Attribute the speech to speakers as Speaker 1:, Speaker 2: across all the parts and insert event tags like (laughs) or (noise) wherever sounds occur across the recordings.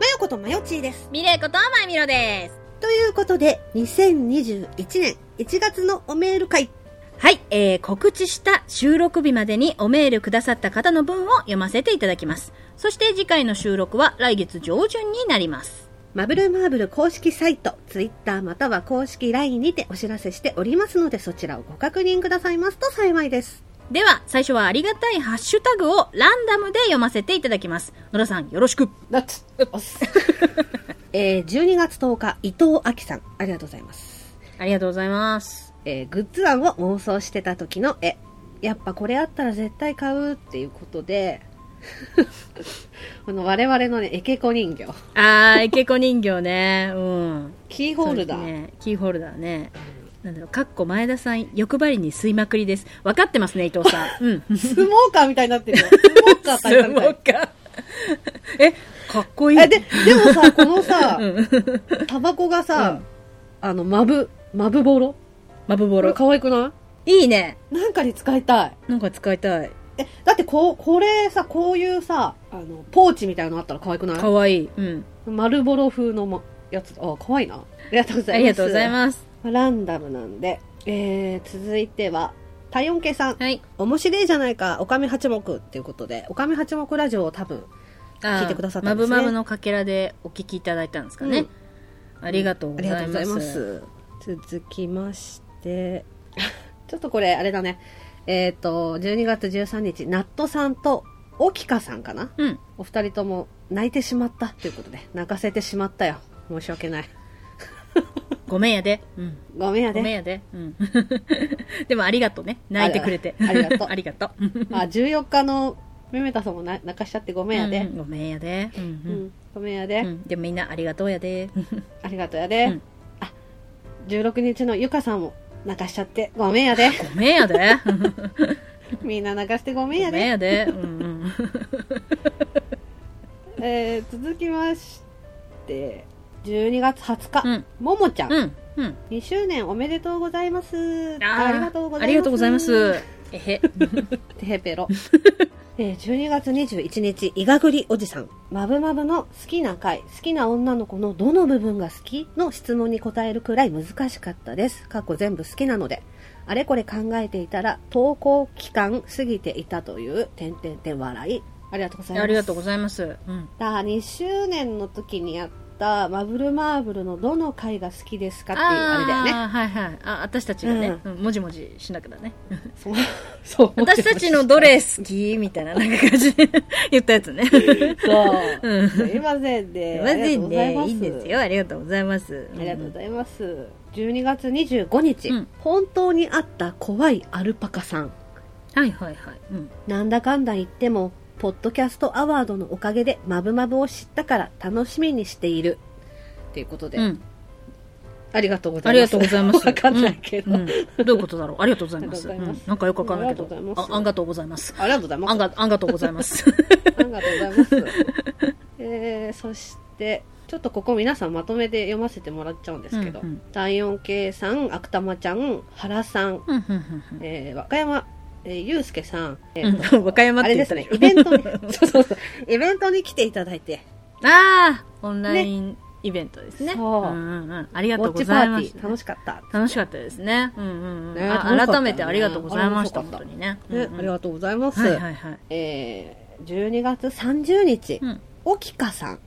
Speaker 1: マヨコとマヨチーです。
Speaker 2: ミレイことマイミロです。
Speaker 1: ということで、2021年1月のおメール会。
Speaker 2: はい、えー、告知した収録日までにおメールくださった方の文を読ませていただきます。そして次回の収録は来月上旬になります。
Speaker 1: マブルマーブル公式サイト、ツイッターまたは公式 LINE にてお知らせしておりますので、そちらをご確認くださいますと幸いです。
Speaker 2: では、最初はありがたいハッシュタグをランダムで読ませていただきます。野田さん、よろしく。
Speaker 1: なつ、おっす。 (laughs) えー、12月10日、伊藤亜紀さん、ありがとうございます。
Speaker 2: ありがとうございます。
Speaker 1: えーグッズ案を妄想してた時の絵やっぱこれあったら絶対買うっていうことで (laughs) この我々のねエケコ人形
Speaker 2: あー、いけこ人形ね。うん。
Speaker 1: キーホルダ
Speaker 2: そう
Speaker 1: ー、
Speaker 2: ですね、キーホルダーね。なんだろう、かっこ前田さん、欲張りに吸いまくりです。分かってますね、伊藤さん。うん。
Speaker 1: スモーカーみたいになってるよスモーカー大会みたい
Speaker 2: か。え、かっこいい。
Speaker 1: えででもさこのさ
Speaker 2: うん、
Speaker 1: タバコがさ、
Speaker 2: うん
Speaker 1: あのマブマブボロ
Speaker 2: マブボ
Speaker 1: これ
Speaker 2: ロ。
Speaker 1: 可愛くない
Speaker 2: いね。
Speaker 1: いなんかに使いたい
Speaker 2: なんか使いたい。
Speaker 1: えだってこうこれさこういうさあのポーチみたいなのあったら可愛くない
Speaker 2: かわいい。うん。
Speaker 1: 丸ボロ風のもやつあ可愛いなありがとうござ
Speaker 2: あ
Speaker 1: います
Speaker 2: りがとうございます。
Speaker 1: ランダムなんで、えー、続いては、体温計さん。
Speaker 2: はい。
Speaker 1: 面白いじゃないか、おかみ八目っていうことで、おかみ八目ラジオを多分、聞いてくださったんですね
Speaker 2: マブマブのかけらでお聞きいただいたんですかね。ありがと
Speaker 1: あ
Speaker 2: うご
Speaker 1: りが
Speaker 2: ざ
Speaker 1: と
Speaker 2: いう
Speaker 1: ござ
Speaker 2: ま。
Speaker 1: いますす。続きまして、 (laughs) ちょっとこれ、あれだね。えっ、と、12月13日、ナットさんと、オキカさんかな
Speaker 2: うん。
Speaker 1: お二人とも泣いてしまったということで、泣かせてしまったよ。申し訳ない。
Speaker 2: ごめんやで。うん。
Speaker 1: ごめんや
Speaker 2: ごめん
Speaker 1: で。
Speaker 2: やで。うん。 (laughs) でもありがとうね。泣いてくれて。
Speaker 1: ありがとう
Speaker 2: (laughs) ありがとう。
Speaker 1: あ、14日のめめたさんもな泣かしちゃってごめんや
Speaker 2: う
Speaker 1: で
Speaker 2: ん。ごめんやで。う
Speaker 1: うんん、ごめんや
Speaker 2: う
Speaker 1: で。
Speaker 2: ん。うん。でもみんなありがとうやで。
Speaker 1: ありがとうやで。
Speaker 2: うん
Speaker 1: あ、16日のゆかさんも泣かしちゃってごめんや
Speaker 2: (laughs)
Speaker 1: で。
Speaker 2: ごめんやで。
Speaker 1: みんな泣かしてごめん
Speaker 2: ご
Speaker 1: や
Speaker 2: めん
Speaker 1: で。
Speaker 2: やで。うんうん。
Speaker 1: えー、続きまして、12月20日、
Speaker 2: うん
Speaker 1: ももちゃん、
Speaker 2: うん。うん。
Speaker 1: 2周年おめでとうございます。
Speaker 2: ー
Speaker 1: ありがとうございます。
Speaker 2: ありがとうございま。す。
Speaker 1: (laughs)
Speaker 2: えへ。
Speaker 1: てへ
Speaker 2: (laughs)
Speaker 1: ぺろ。えー、12月21日、いがぐりおじさん。まぶまぶの好きな回、好きな女の子のどの部分が好きの質問に答えるくらい難しかったです。過去全部好きなので。あれこれ考えていたら、投稿期間過ぎていたという、点々点笑い。ありがとうございます。
Speaker 2: ありがとう
Speaker 1: ござい
Speaker 2: ございます。うん。
Speaker 1: ます。2周年の時にやった、マブルマーブルのどの回が好きですかっていうあれだよね。
Speaker 2: あーはいはい。あ、私たちがね、うんもじもじしなくだ
Speaker 1: (laughs)
Speaker 2: ね。 (laughs)
Speaker 1: そう。そう
Speaker 2: 私たちのどれ好きみたいななんか感じで (laughs) 言ったやつね。
Speaker 1: そう。
Speaker 2: うん。
Speaker 1: すいませんね。
Speaker 2: まず
Speaker 1: あ
Speaker 2: い
Speaker 1: りがとうござ
Speaker 2: ね。
Speaker 1: ます
Speaker 2: いいんですよ。ありがとうございます。
Speaker 1: ありがとうございます。12月25日、
Speaker 2: うん
Speaker 1: 本当にあった怖いアルパカさん。
Speaker 2: はいはいはい。うん。
Speaker 1: なんだかんだ言っても、ポッドキャストアワードのおかげで、まぶまぶを知ったから楽しみにしている。ということで、
Speaker 2: うん。
Speaker 1: ありがとうござ
Speaker 2: あ
Speaker 1: い
Speaker 2: り
Speaker 1: ま
Speaker 2: が
Speaker 1: す。
Speaker 2: とうございます。
Speaker 1: わかんないけど。
Speaker 2: うんうんどういうことだろうありがとうございます。
Speaker 1: あ
Speaker 2: う
Speaker 1: りがとうございます
Speaker 2: んなんかよくわかんないけ
Speaker 1: あ
Speaker 2: ど
Speaker 1: りがとうご。ざいます
Speaker 2: あ、ありがとうございます。
Speaker 1: ありがとうございます。
Speaker 2: あんが、あんがとうございます。
Speaker 1: ありがとうございます。えー、そして、ちょっとここ皆さんまとめて読ませてもらっちゃうんですけど、
Speaker 2: うんうん
Speaker 1: 第4系さん、悪玉ちゃん、原さん、
Speaker 2: うんうんうん
Speaker 1: えー、和歌山、えー、ゆうすけさん、えー
Speaker 2: うんうん和歌山っ
Speaker 1: あ
Speaker 2: て
Speaker 1: れで
Speaker 2: 言った
Speaker 1: す
Speaker 2: ら
Speaker 1: ねイ
Speaker 2: いい、
Speaker 1: ベントに、 (laughs) そうそうそう、イベントに来ていただいて、
Speaker 2: ああ、オンラインイベントですね。
Speaker 1: そうん
Speaker 2: うんうん。あり
Speaker 1: ウ
Speaker 2: が
Speaker 1: ォ
Speaker 2: と
Speaker 1: ッ
Speaker 2: うご
Speaker 1: チパ
Speaker 2: ざい
Speaker 1: ー
Speaker 2: ま
Speaker 1: ティ
Speaker 2: し
Speaker 1: ー
Speaker 2: た。
Speaker 1: 楽しかった。
Speaker 2: 楽しかったですね。うんうんうん。
Speaker 1: ね楽しかったよ
Speaker 2: あ
Speaker 1: ね
Speaker 2: 改めてありがとうございました、
Speaker 1: あれ面白かった
Speaker 2: 本当にね。
Speaker 1: ね
Speaker 2: うんうん
Speaker 1: ありがとうございます。
Speaker 2: はいはいはい。
Speaker 1: えー、12月30日
Speaker 2: う、ん。
Speaker 1: おきかさん。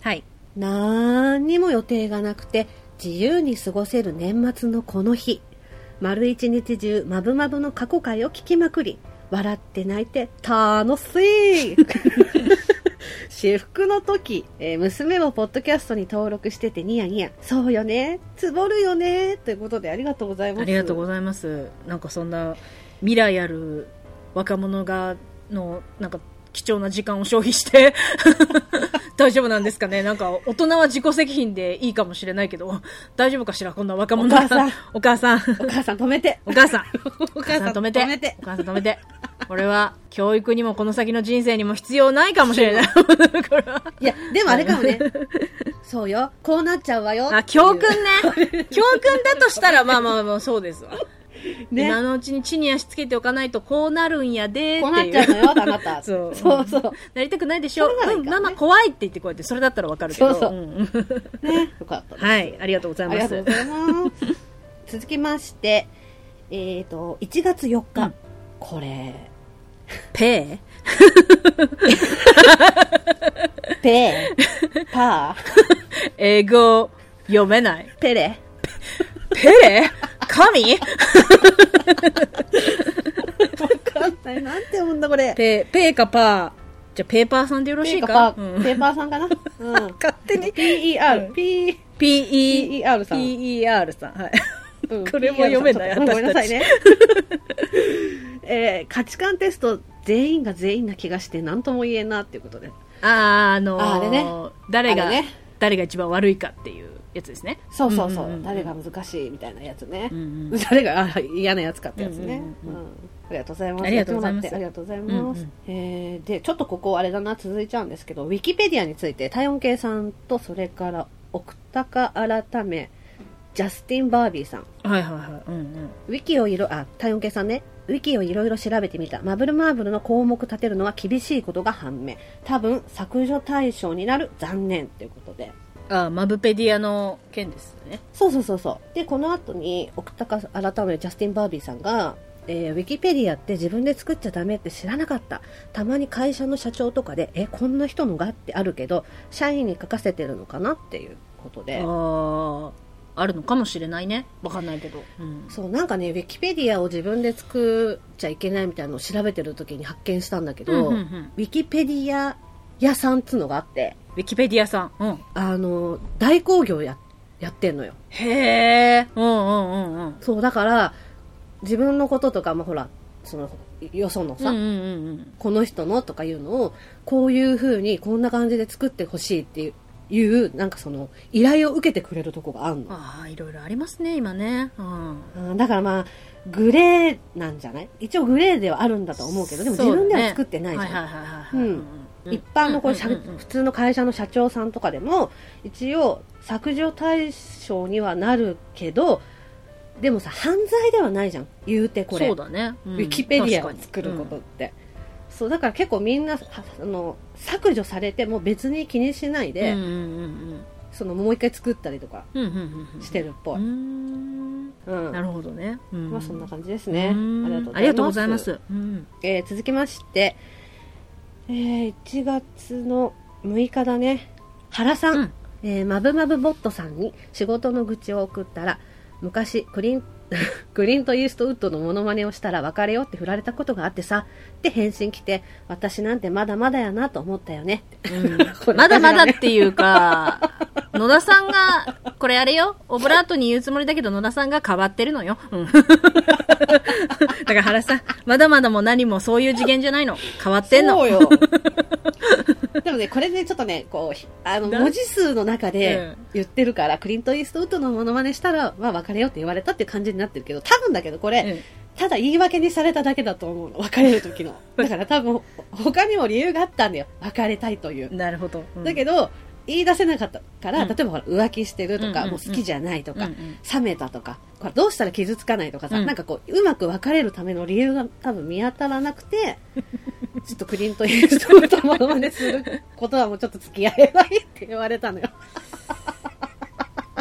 Speaker 2: はい。
Speaker 1: なんにも予定がなくて、自由に過ごせる年末のこの日。丸一日中、まぶまぶの過去回を聞きまくり、笑って泣いて、楽しい私服の時、えー娘もポッドキャストに登録しててニヤニヤ。そうよね。つぼるよね。ということでありがとうございます。
Speaker 2: ありがとうご
Speaker 1: ざい
Speaker 2: ざいます。なんかそんな未来ある若者がのなんか貴重な時間を消費して (laughs) 大丈夫なんですかね。なんか大人は自己責任でいいかもしれないけど大丈夫かしらこんな若者が
Speaker 1: お母さん
Speaker 2: (laughs) お母さん
Speaker 1: ます。お母さん止めて。
Speaker 2: お母さん
Speaker 1: お
Speaker 2: お母さん止めて。
Speaker 1: 止めて
Speaker 2: お。母さん止めて。これは、教育にもこの先の人生にも必要ないかもし
Speaker 1: (laughs)
Speaker 2: れない。これは。
Speaker 1: いや、でもあれかもね。そうよ。こうなっちゃうわよ。
Speaker 2: あ、教訓ね。教訓だとしたら、まあまあまあ、そうですわ。
Speaker 1: (laughs) ね
Speaker 2: 今のうちに地に足つけておかないとこうなるんやで
Speaker 1: こう
Speaker 2: ーっ
Speaker 1: な
Speaker 2: て
Speaker 1: っ
Speaker 2: い
Speaker 1: ちゃう
Speaker 2: う
Speaker 1: のよ、あなた。
Speaker 2: そう
Speaker 1: そうそう。
Speaker 2: (laughs) なりたくないでしょ、
Speaker 1: それならいいか
Speaker 2: う
Speaker 1: ら
Speaker 2: ん
Speaker 1: ね
Speaker 2: ママ怖いって言ってこうやってそれだったらわかるけど
Speaker 1: そうそうんね、よかったです。
Speaker 2: はいありがとうござい
Speaker 1: あ
Speaker 2: ま
Speaker 1: りが
Speaker 2: す
Speaker 1: とうございます。続きまして、えっ、と、1月4日。
Speaker 2: うん
Speaker 1: これ、
Speaker 2: ペ
Speaker 1: ペー、パー、
Speaker 2: (laughs) ー英語読めない
Speaker 1: ペレ。(laughs)
Speaker 2: ペレ神
Speaker 1: わかんない。なんて読むんだ、これ。
Speaker 2: ペペーかパーじゃあペーパーさんでよろし
Speaker 1: ペ
Speaker 2: い
Speaker 1: ー
Speaker 2: か
Speaker 1: パ
Speaker 2: う
Speaker 1: ー、
Speaker 2: ん
Speaker 1: ペーパーさんかな。
Speaker 2: (laughs)
Speaker 1: うん。
Speaker 2: 勝手に
Speaker 1: PER、P、
Speaker 2: PE
Speaker 1: PER さん。
Speaker 2: PER さんはい
Speaker 1: うん
Speaker 2: (laughs) これも読めない
Speaker 1: PER さん
Speaker 2: 私たち
Speaker 1: ごめんなさいね。 (laughs) えー価値観テスト全員が全員な気がして何とも言えんなっていうことで。
Speaker 2: あーあのー
Speaker 1: あれね
Speaker 2: 誰が、
Speaker 1: あれね
Speaker 2: 誰が一番悪いかっていうやつですね
Speaker 1: そうそうそう。
Speaker 2: んんん
Speaker 1: 誰が難しいみたいなやつね。
Speaker 2: うんうん
Speaker 1: 誰があ嫌なやつかってやつね、
Speaker 2: う
Speaker 1: うんん
Speaker 2: うんうん
Speaker 1: ありがとうございます
Speaker 2: ありがとうございます
Speaker 1: やってもらってありがとうございます、
Speaker 2: うん
Speaker 1: えーでちょっとここあれだな続いちゃうんですけどウィキペディアについて体温計さんとそれから奥高改めジャスティン・バービーさん
Speaker 2: はいはいはいうんうん
Speaker 1: ウィキをいろあ体温計さんねウィキをいろいろ調べてみたマブルマーブルの項目立てるのは厳しいことが判明多分削除対象になる残念ということで
Speaker 2: あーマブペディアの件ですね
Speaker 1: そうそうそうそう。で、この後に、奥高改めジャスティン・バービーさんが、えーウィキペディアって自分で作っちゃダメって知らなかった。たまに会社の社長とかで、え、こんな人のがってあるけど、社員に書かせてるのかなっていうこと
Speaker 2: あ
Speaker 1: で。
Speaker 2: ーあるのかもしれないねわかんないけど、うん
Speaker 1: そう、なんかね、ウィキペディアを自分で作っちゃいけないみたいなのを調べてる時に発見したんだけど、
Speaker 2: うんうんうん
Speaker 1: ウィキペディア屋さんっつうのがあって、
Speaker 2: ウィキペディアさん、うん、
Speaker 1: あの、大興行や、やってんのよ。
Speaker 2: へえうんうんうんうん
Speaker 1: そう、だから、自分のこととかもほら、その、よその
Speaker 2: うんう
Speaker 1: さ、
Speaker 2: んうんうん
Speaker 1: この人のとかいうのを、こういう風にこんな感じで作ってほしいっていう、いうなんかその、依頼を受けてくれるとこがあるの。
Speaker 2: ああいろいろありますね今ねうん
Speaker 1: うんだからまあ、グレーなんじゃない一応グレーではあるんだと思うけど、でも自分では作ってないじゃん。
Speaker 2: そうだねはいはいはいはいはいうん
Speaker 1: 一般のこれ、
Speaker 2: うんうんうんうん
Speaker 1: 普通の会社の社長さんとかでも一応削除対象にはなるけどでもさ犯罪ではないじゃん言うてこれ
Speaker 2: そうだね、うん
Speaker 1: ウィキペディアを
Speaker 2: 確かに
Speaker 1: 作ること
Speaker 2: う
Speaker 1: っ
Speaker 2: ん
Speaker 1: て、そうだから結構みんなはあの削除されても別に気にしないで、
Speaker 2: うんうんうん
Speaker 1: そのもう一回作ったりとか
Speaker 2: うんうんうんうん
Speaker 1: してるっぽい、
Speaker 2: う
Speaker 1: う
Speaker 2: ー
Speaker 1: ん
Speaker 2: んなるほどね、うん
Speaker 1: まあそんな感じですね、
Speaker 2: うん
Speaker 1: ありがとうご
Speaker 2: ざ
Speaker 1: ざ
Speaker 2: い
Speaker 1: い
Speaker 2: ま
Speaker 1: ます
Speaker 2: す、うん
Speaker 1: えー続きまして、えー1月の6日だね原さん、 (laughs)
Speaker 2: うん
Speaker 1: えーマブマブボットさんに仕事の愚痴を送ったら昔クリン (laughs) クリント・イーストウッドのモノマネをしたら別れよって振られたことがあってさって返信来て私なんてまだまだやなと思ったよねこれ
Speaker 2: まだまだっていうか、野田さんが、これあれよ、オブラートに言うつもりだけど、野田さんが変わってるのよ。
Speaker 1: (laughs)
Speaker 2: うん、だから原さん、まだまだも何もそういう次元じゃないの。変わってんの。
Speaker 1: そう (laughs) よでもねこれねちょっとねこうひあの
Speaker 2: だ
Speaker 1: 文字数の中
Speaker 2: う
Speaker 1: で
Speaker 2: ん
Speaker 1: 言ってるから、クリント・イーストウッドのモノマネしたら、まあ、別れよって言われたっていう感じになってるけど多分だけどこれ、
Speaker 2: うん
Speaker 1: ただ言い訳にされただけだと思うの別れる (laughs) 時のだから多分他にも理由があったんだよ別れたいという
Speaker 2: なるほど。うん
Speaker 1: だけど、言い出せなかったから、
Speaker 2: うん
Speaker 1: 例えばほら浮気してるとか、
Speaker 2: うんうんうん
Speaker 1: もう好きじゃないとか、
Speaker 2: うんうん
Speaker 1: 冷めたとかこれどうしたら傷つかないとかさ、
Speaker 2: うん
Speaker 1: なんかこううまく別れるための理由が多分見当たらなく
Speaker 2: (laughs)
Speaker 1: てちょっとクリント・イーストウッドのモノマネすることはもうちょっと付き合えないって言われたのよ (laughs)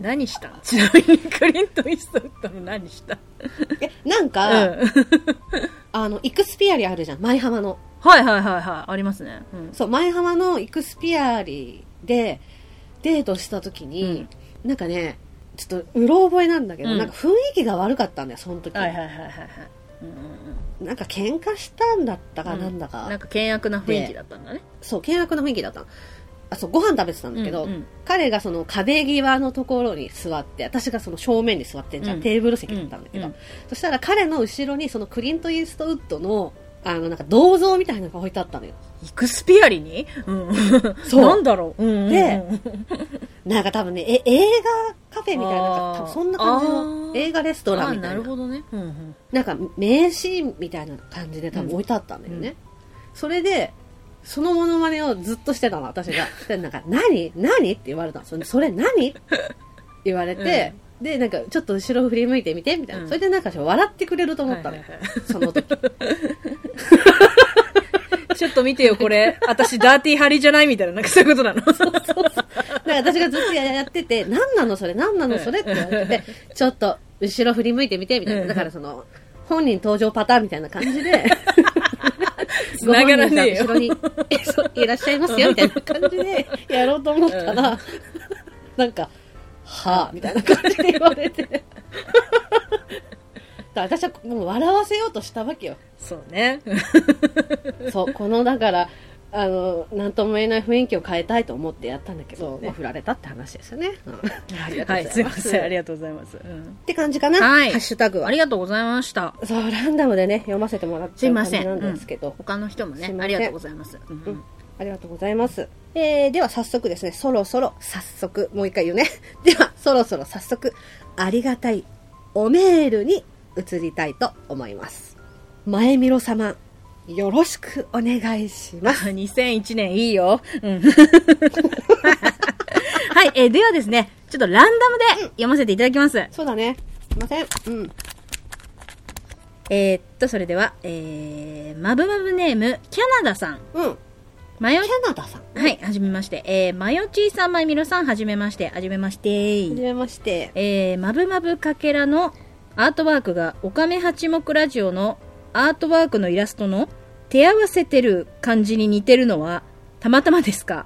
Speaker 2: 何した (laughs) のちなみに、クリント・イーストウッドの何した
Speaker 1: いやなん
Speaker 2: う
Speaker 1: か、
Speaker 2: ん。
Speaker 1: あのイクスピアリあるじゃん舞浜の
Speaker 2: はいはいはいはい、ありますね。うん
Speaker 1: そう舞浜のイクスピアリでデートした時に、なんかねちょっとうろ覚えなんだけど、
Speaker 2: うん
Speaker 1: なんか雰囲気が悪かったんだよその時、
Speaker 2: はいはいはいはいはい。うんうんうん
Speaker 1: なんか喧嘩したんだったか
Speaker 2: う
Speaker 1: なんだか、
Speaker 2: なんか険悪な雰囲気だったんだね。
Speaker 1: そう険悪な雰囲気だったのあそうご飯食べてたんだけど、
Speaker 2: うんうん
Speaker 1: 彼がその壁際のところに座って私がその正面に座ってんじゃん、
Speaker 2: うん
Speaker 1: テーブル席だったんだけど、
Speaker 2: うんうん
Speaker 1: そしたら彼の後ろにそのクリント・イーストウッドのあのなんか銅像みたいなのが置いてあったのよ
Speaker 2: イクスピアリに、うん、
Speaker 1: そう
Speaker 2: なんだろう、うんうんうん
Speaker 1: でなんか多分ねえ映画カフェみたいな
Speaker 2: あー
Speaker 1: 多分そんな感じ
Speaker 2: あ
Speaker 1: の
Speaker 2: ー
Speaker 1: 映画レストランみ
Speaker 2: あ
Speaker 1: た
Speaker 2: ないる
Speaker 1: な
Speaker 2: ほどね、うんうん、
Speaker 1: なんか名シーンみたいな感じで多分置いてあったんだよね、
Speaker 2: う
Speaker 1: それでそのモノマネをずっとしてたの
Speaker 2: (laughs)
Speaker 1: 私がでなんか何何って言われたのそれそれ何って言われて、でなんかちょっと後ろ振り向いてみてみたいな、
Speaker 2: うん
Speaker 1: それでなんか笑ってくれると思ったの、
Speaker 2: はいはい
Speaker 1: その時
Speaker 2: はいちょっと見てよ、こ (laughs) れ。私、ダーティーハリーじゃないみたいな、なんかそういうことなの。
Speaker 1: なんか私がずっとやってて「何なのそれ何なのそれ」って言われて「ちょっと後ろ振り向いてみて」みたいな、
Speaker 2: うん
Speaker 1: だからその本人登場パターンみたいな感じ (laughs) で
Speaker 2: 繋がらねえよ
Speaker 1: ご本人さん後ろにえそういらっしゃいますよみたいな感じでやろうと思ったら、なんか「はあ」みたいな感じで言われてだから私はもう笑わせようとしたわけよ
Speaker 2: そうね。
Speaker 1: そうこのだからあの何とも言えない雰囲気を変えたいと思ってやったんだけど、
Speaker 2: そうね
Speaker 1: まあ振られたって話ですよね、うんありがとう
Speaker 2: は
Speaker 1: ご
Speaker 2: い、
Speaker 1: ざ
Speaker 2: す
Speaker 1: い
Speaker 2: いま
Speaker 1: ます,、
Speaker 2: せん。あり
Speaker 1: っ
Speaker 2: がとうございます。うん
Speaker 1: て感じかな、
Speaker 2: はい
Speaker 1: ハッシュタグは
Speaker 2: ありがとうございました。
Speaker 1: そうランダムでね読ませてもらっ
Speaker 2: す
Speaker 1: て
Speaker 2: い
Speaker 1: る
Speaker 2: ま
Speaker 1: 感じ
Speaker 2: せん。
Speaker 1: なん
Speaker 2: う
Speaker 1: で
Speaker 2: ん
Speaker 1: すけど、
Speaker 2: 他の人も
Speaker 1: すい
Speaker 2: ね、
Speaker 1: ません
Speaker 2: ありがとうございます。うん
Speaker 1: うんありがとうございます、えー、では早速ですねそろそろ早速もう一回言うね (laughs) ではそろそろ早速ありがたいおメールに移りたいと思います前みろ様よろしくお願いします
Speaker 2: あ2001年いいよ。うん。 (laughs) はい、えーではですね、ちょっとランダムで読ませていただきます。
Speaker 1: そうだねすいませんうん
Speaker 2: えーっと、それでは、えー、まぶまぶネーム、キャナダさん。
Speaker 1: うん
Speaker 2: マヨ
Speaker 1: キャ、ナダさん
Speaker 2: はい、はじめまして。えー、マヨチーさん、まゆみろさん、はじめまして。はじめまして。
Speaker 1: はじめまして。
Speaker 2: えー、まぶまぶかけらのアートワークが、おかめ八目ラジオのアートワークのイラストの手合わせてる感じに似てるのは、たまたまですか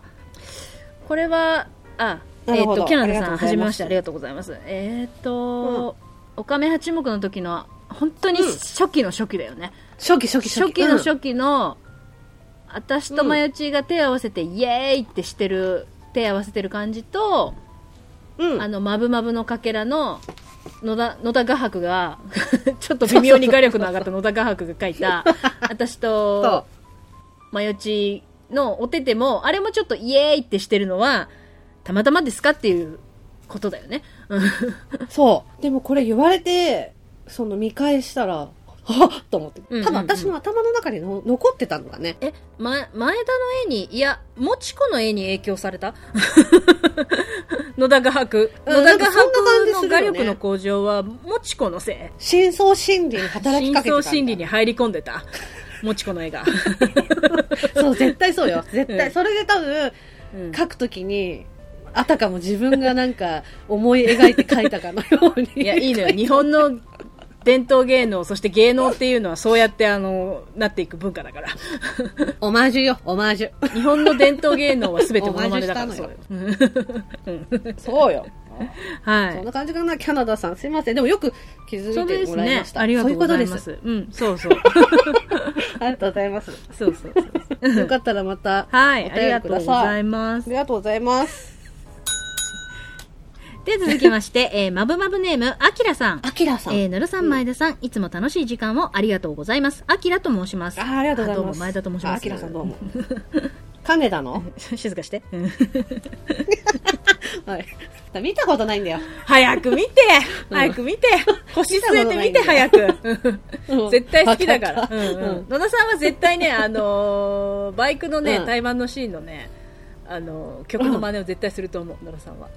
Speaker 2: これは、あ、え
Speaker 1: なる
Speaker 2: ー
Speaker 1: ほ
Speaker 2: っ
Speaker 1: ど
Speaker 2: と、キャ
Speaker 1: あ
Speaker 2: ナダ
Speaker 1: りがと
Speaker 2: さ
Speaker 1: うご
Speaker 2: ん、
Speaker 1: ざいます
Speaker 2: はじめまして。ありがとうございます。えーっと、おかめ八目の時の、本当に
Speaker 1: うん
Speaker 2: 初期の初期だよね。
Speaker 1: 初期初期
Speaker 2: 初期の
Speaker 1: 期。
Speaker 2: 初期の、私とまよちが手合わせて、イエーイってしてる、手合わせてる感じと、
Speaker 1: うん。
Speaker 2: あの、まぶまぶのかけらの、野田、野田画
Speaker 1: (laughs)
Speaker 2: 伯が、ちょっと微妙に画力の上がった野田画伯が描いた、私
Speaker 1: そ
Speaker 2: と、まよちのお手手も、あれもちょっとイエーイってしてるのは、たまたまですかっていうことだよね。うん
Speaker 1: う。そう。でもこれ言われて、その見返したら、 (laughs) はっと思って。
Speaker 2: うんうん
Speaker 1: ただ私の頭の中にの残ってたのがね。
Speaker 2: え、ま、前田の絵に、いや、もちこの絵に影響された (laughs) 野田画伯。
Speaker 1: うん
Speaker 2: 野田
Speaker 1: なんか
Speaker 2: 画
Speaker 1: そんな感じする
Speaker 2: 伯の
Speaker 1: よね
Speaker 2: 画力の向上は、もちこのせい。
Speaker 1: 深層心理に働き
Speaker 2: 深
Speaker 1: かけてた
Speaker 2: 層
Speaker 1: んだ。
Speaker 2: 心理に。入り込んでた。もちこの絵が。
Speaker 1: そう、絶対そうよ。絶
Speaker 2: (laughs) う
Speaker 1: 対。
Speaker 2: ん
Speaker 1: それで多分、
Speaker 2: うん
Speaker 1: 書くときに、あたかも自分がなんか思い描いて書いたかのように。
Speaker 2: いや、いいのよ。日本の伝統芸能、そして芸能っていうのはそうやって、あの、なっていく文化
Speaker 1: (laughs)
Speaker 2: だから。
Speaker 1: オマージュよ、オマージュ。
Speaker 2: 日本の伝統芸能は全てモノマネだか
Speaker 1: お
Speaker 2: ら、
Speaker 1: 前
Speaker 2: そ
Speaker 1: の
Speaker 2: う
Speaker 1: し
Speaker 2: うん
Speaker 1: そうよ。
Speaker 2: は
Speaker 1: そん
Speaker 2: い。
Speaker 1: な感じかな、キャナダさん。すいません。でもよく気づ
Speaker 2: そう
Speaker 1: い
Speaker 2: で
Speaker 1: て
Speaker 2: す
Speaker 1: もらい
Speaker 2: ね
Speaker 1: まし。た。
Speaker 2: ありがとうござい
Speaker 1: そ
Speaker 2: ま
Speaker 1: ういうこ
Speaker 2: す。うん、そうそう。
Speaker 1: とです。ありがとうございます。
Speaker 2: そうそうそう。
Speaker 1: よかったらまた。
Speaker 2: はい、
Speaker 1: お
Speaker 2: あり
Speaker 1: 便
Speaker 2: が
Speaker 1: りく
Speaker 2: とう
Speaker 1: だ
Speaker 2: ご
Speaker 1: さ
Speaker 2: ざいま
Speaker 1: あ
Speaker 2: す
Speaker 1: り。がとうございます。
Speaker 2: で、続きまして、えー、まぶまぶネーム、あきらさん。
Speaker 1: あきらさん。
Speaker 2: えー、のるさん、前田さん、いつも楽しい時間をありがとうございます。あきらと申します。
Speaker 1: あーありがとうございます。
Speaker 2: どうも、前田と申します。
Speaker 1: あきらさんどう
Speaker 2: (laughs)
Speaker 1: も。金田の
Speaker 2: 静かして。うん
Speaker 1: はい。見たことないんだよ。
Speaker 2: 早く見て早く
Speaker 1: (laughs)
Speaker 2: 見て腰据えて見て早く
Speaker 1: うん
Speaker 2: (laughs) 絶対好きだから
Speaker 1: わった
Speaker 2: うんうん
Speaker 1: うん
Speaker 2: 野田さんは絶
Speaker 1: (laughs)
Speaker 2: 対ね、あのーバイクのね、
Speaker 1: うん
Speaker 2: 対マンのシーンのね、あのー曲の真似を絶対すると思う、野田さんは。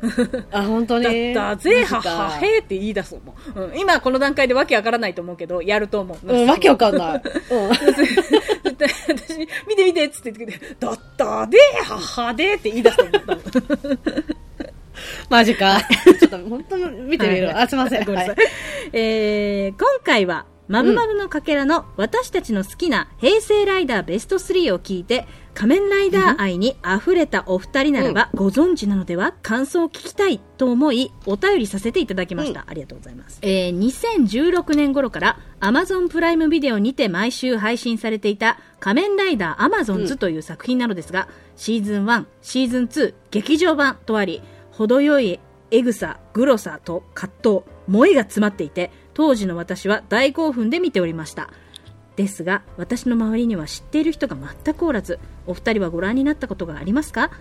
Speaker 1: あ、本当
Speaker 2: だ
Speaker 1: に。
Speaker 2: ったぜ、は
Speaker 1: マ
Speaker 2: っ
Speaker 1: ジか
Speaker 2: はへーって言い出そうもん、うん今この段階でわけわからないと思うけど、やると思う。
Speaker 1: う
Speaker 2: 野田さ
Speaker 1: ん、
Speaker 2: は
Speaker 1: わけわかん
Speaker 2: (laughs)
Speaker 1: ない。うん。
Speaker 2: 絶対 (laughs) 私に、見て見てっつって言ってくれて、だったで、はっはでって言い出すと思う多分。
Speaker 1: マジか。ちょっと本当に見てみる
Speaker 2: はい
Speaker 1: わ。あ、すいません。
Speaker 2: ごめんなさ
Speaker 1: は
Speaker 2: い
Speaker 1: い。
Speaker 2: えー今回は、まぶまぶのかけらの私たちの好きな平成ライダーベスト3を聞いて、仮面ライダー愛に溢れたお二人ならば、ご存知なのでは感想を聞きたいと思い、お便りさせていただきました。ありがとうございます。えー2016年頃から Amazon プライムビデオにて毎週配信されていた仮面ライダーアマゾンズという作品なのですが、シーズン1、シーズン2、劇場版とあり、程よいエグさ、グロさと葛藤、萌えが詰まっていて、当時の私は大興奮で見ておりました。ですが、私の周りには知っている人が全くおらず、お二人はご覧になったことがありますか、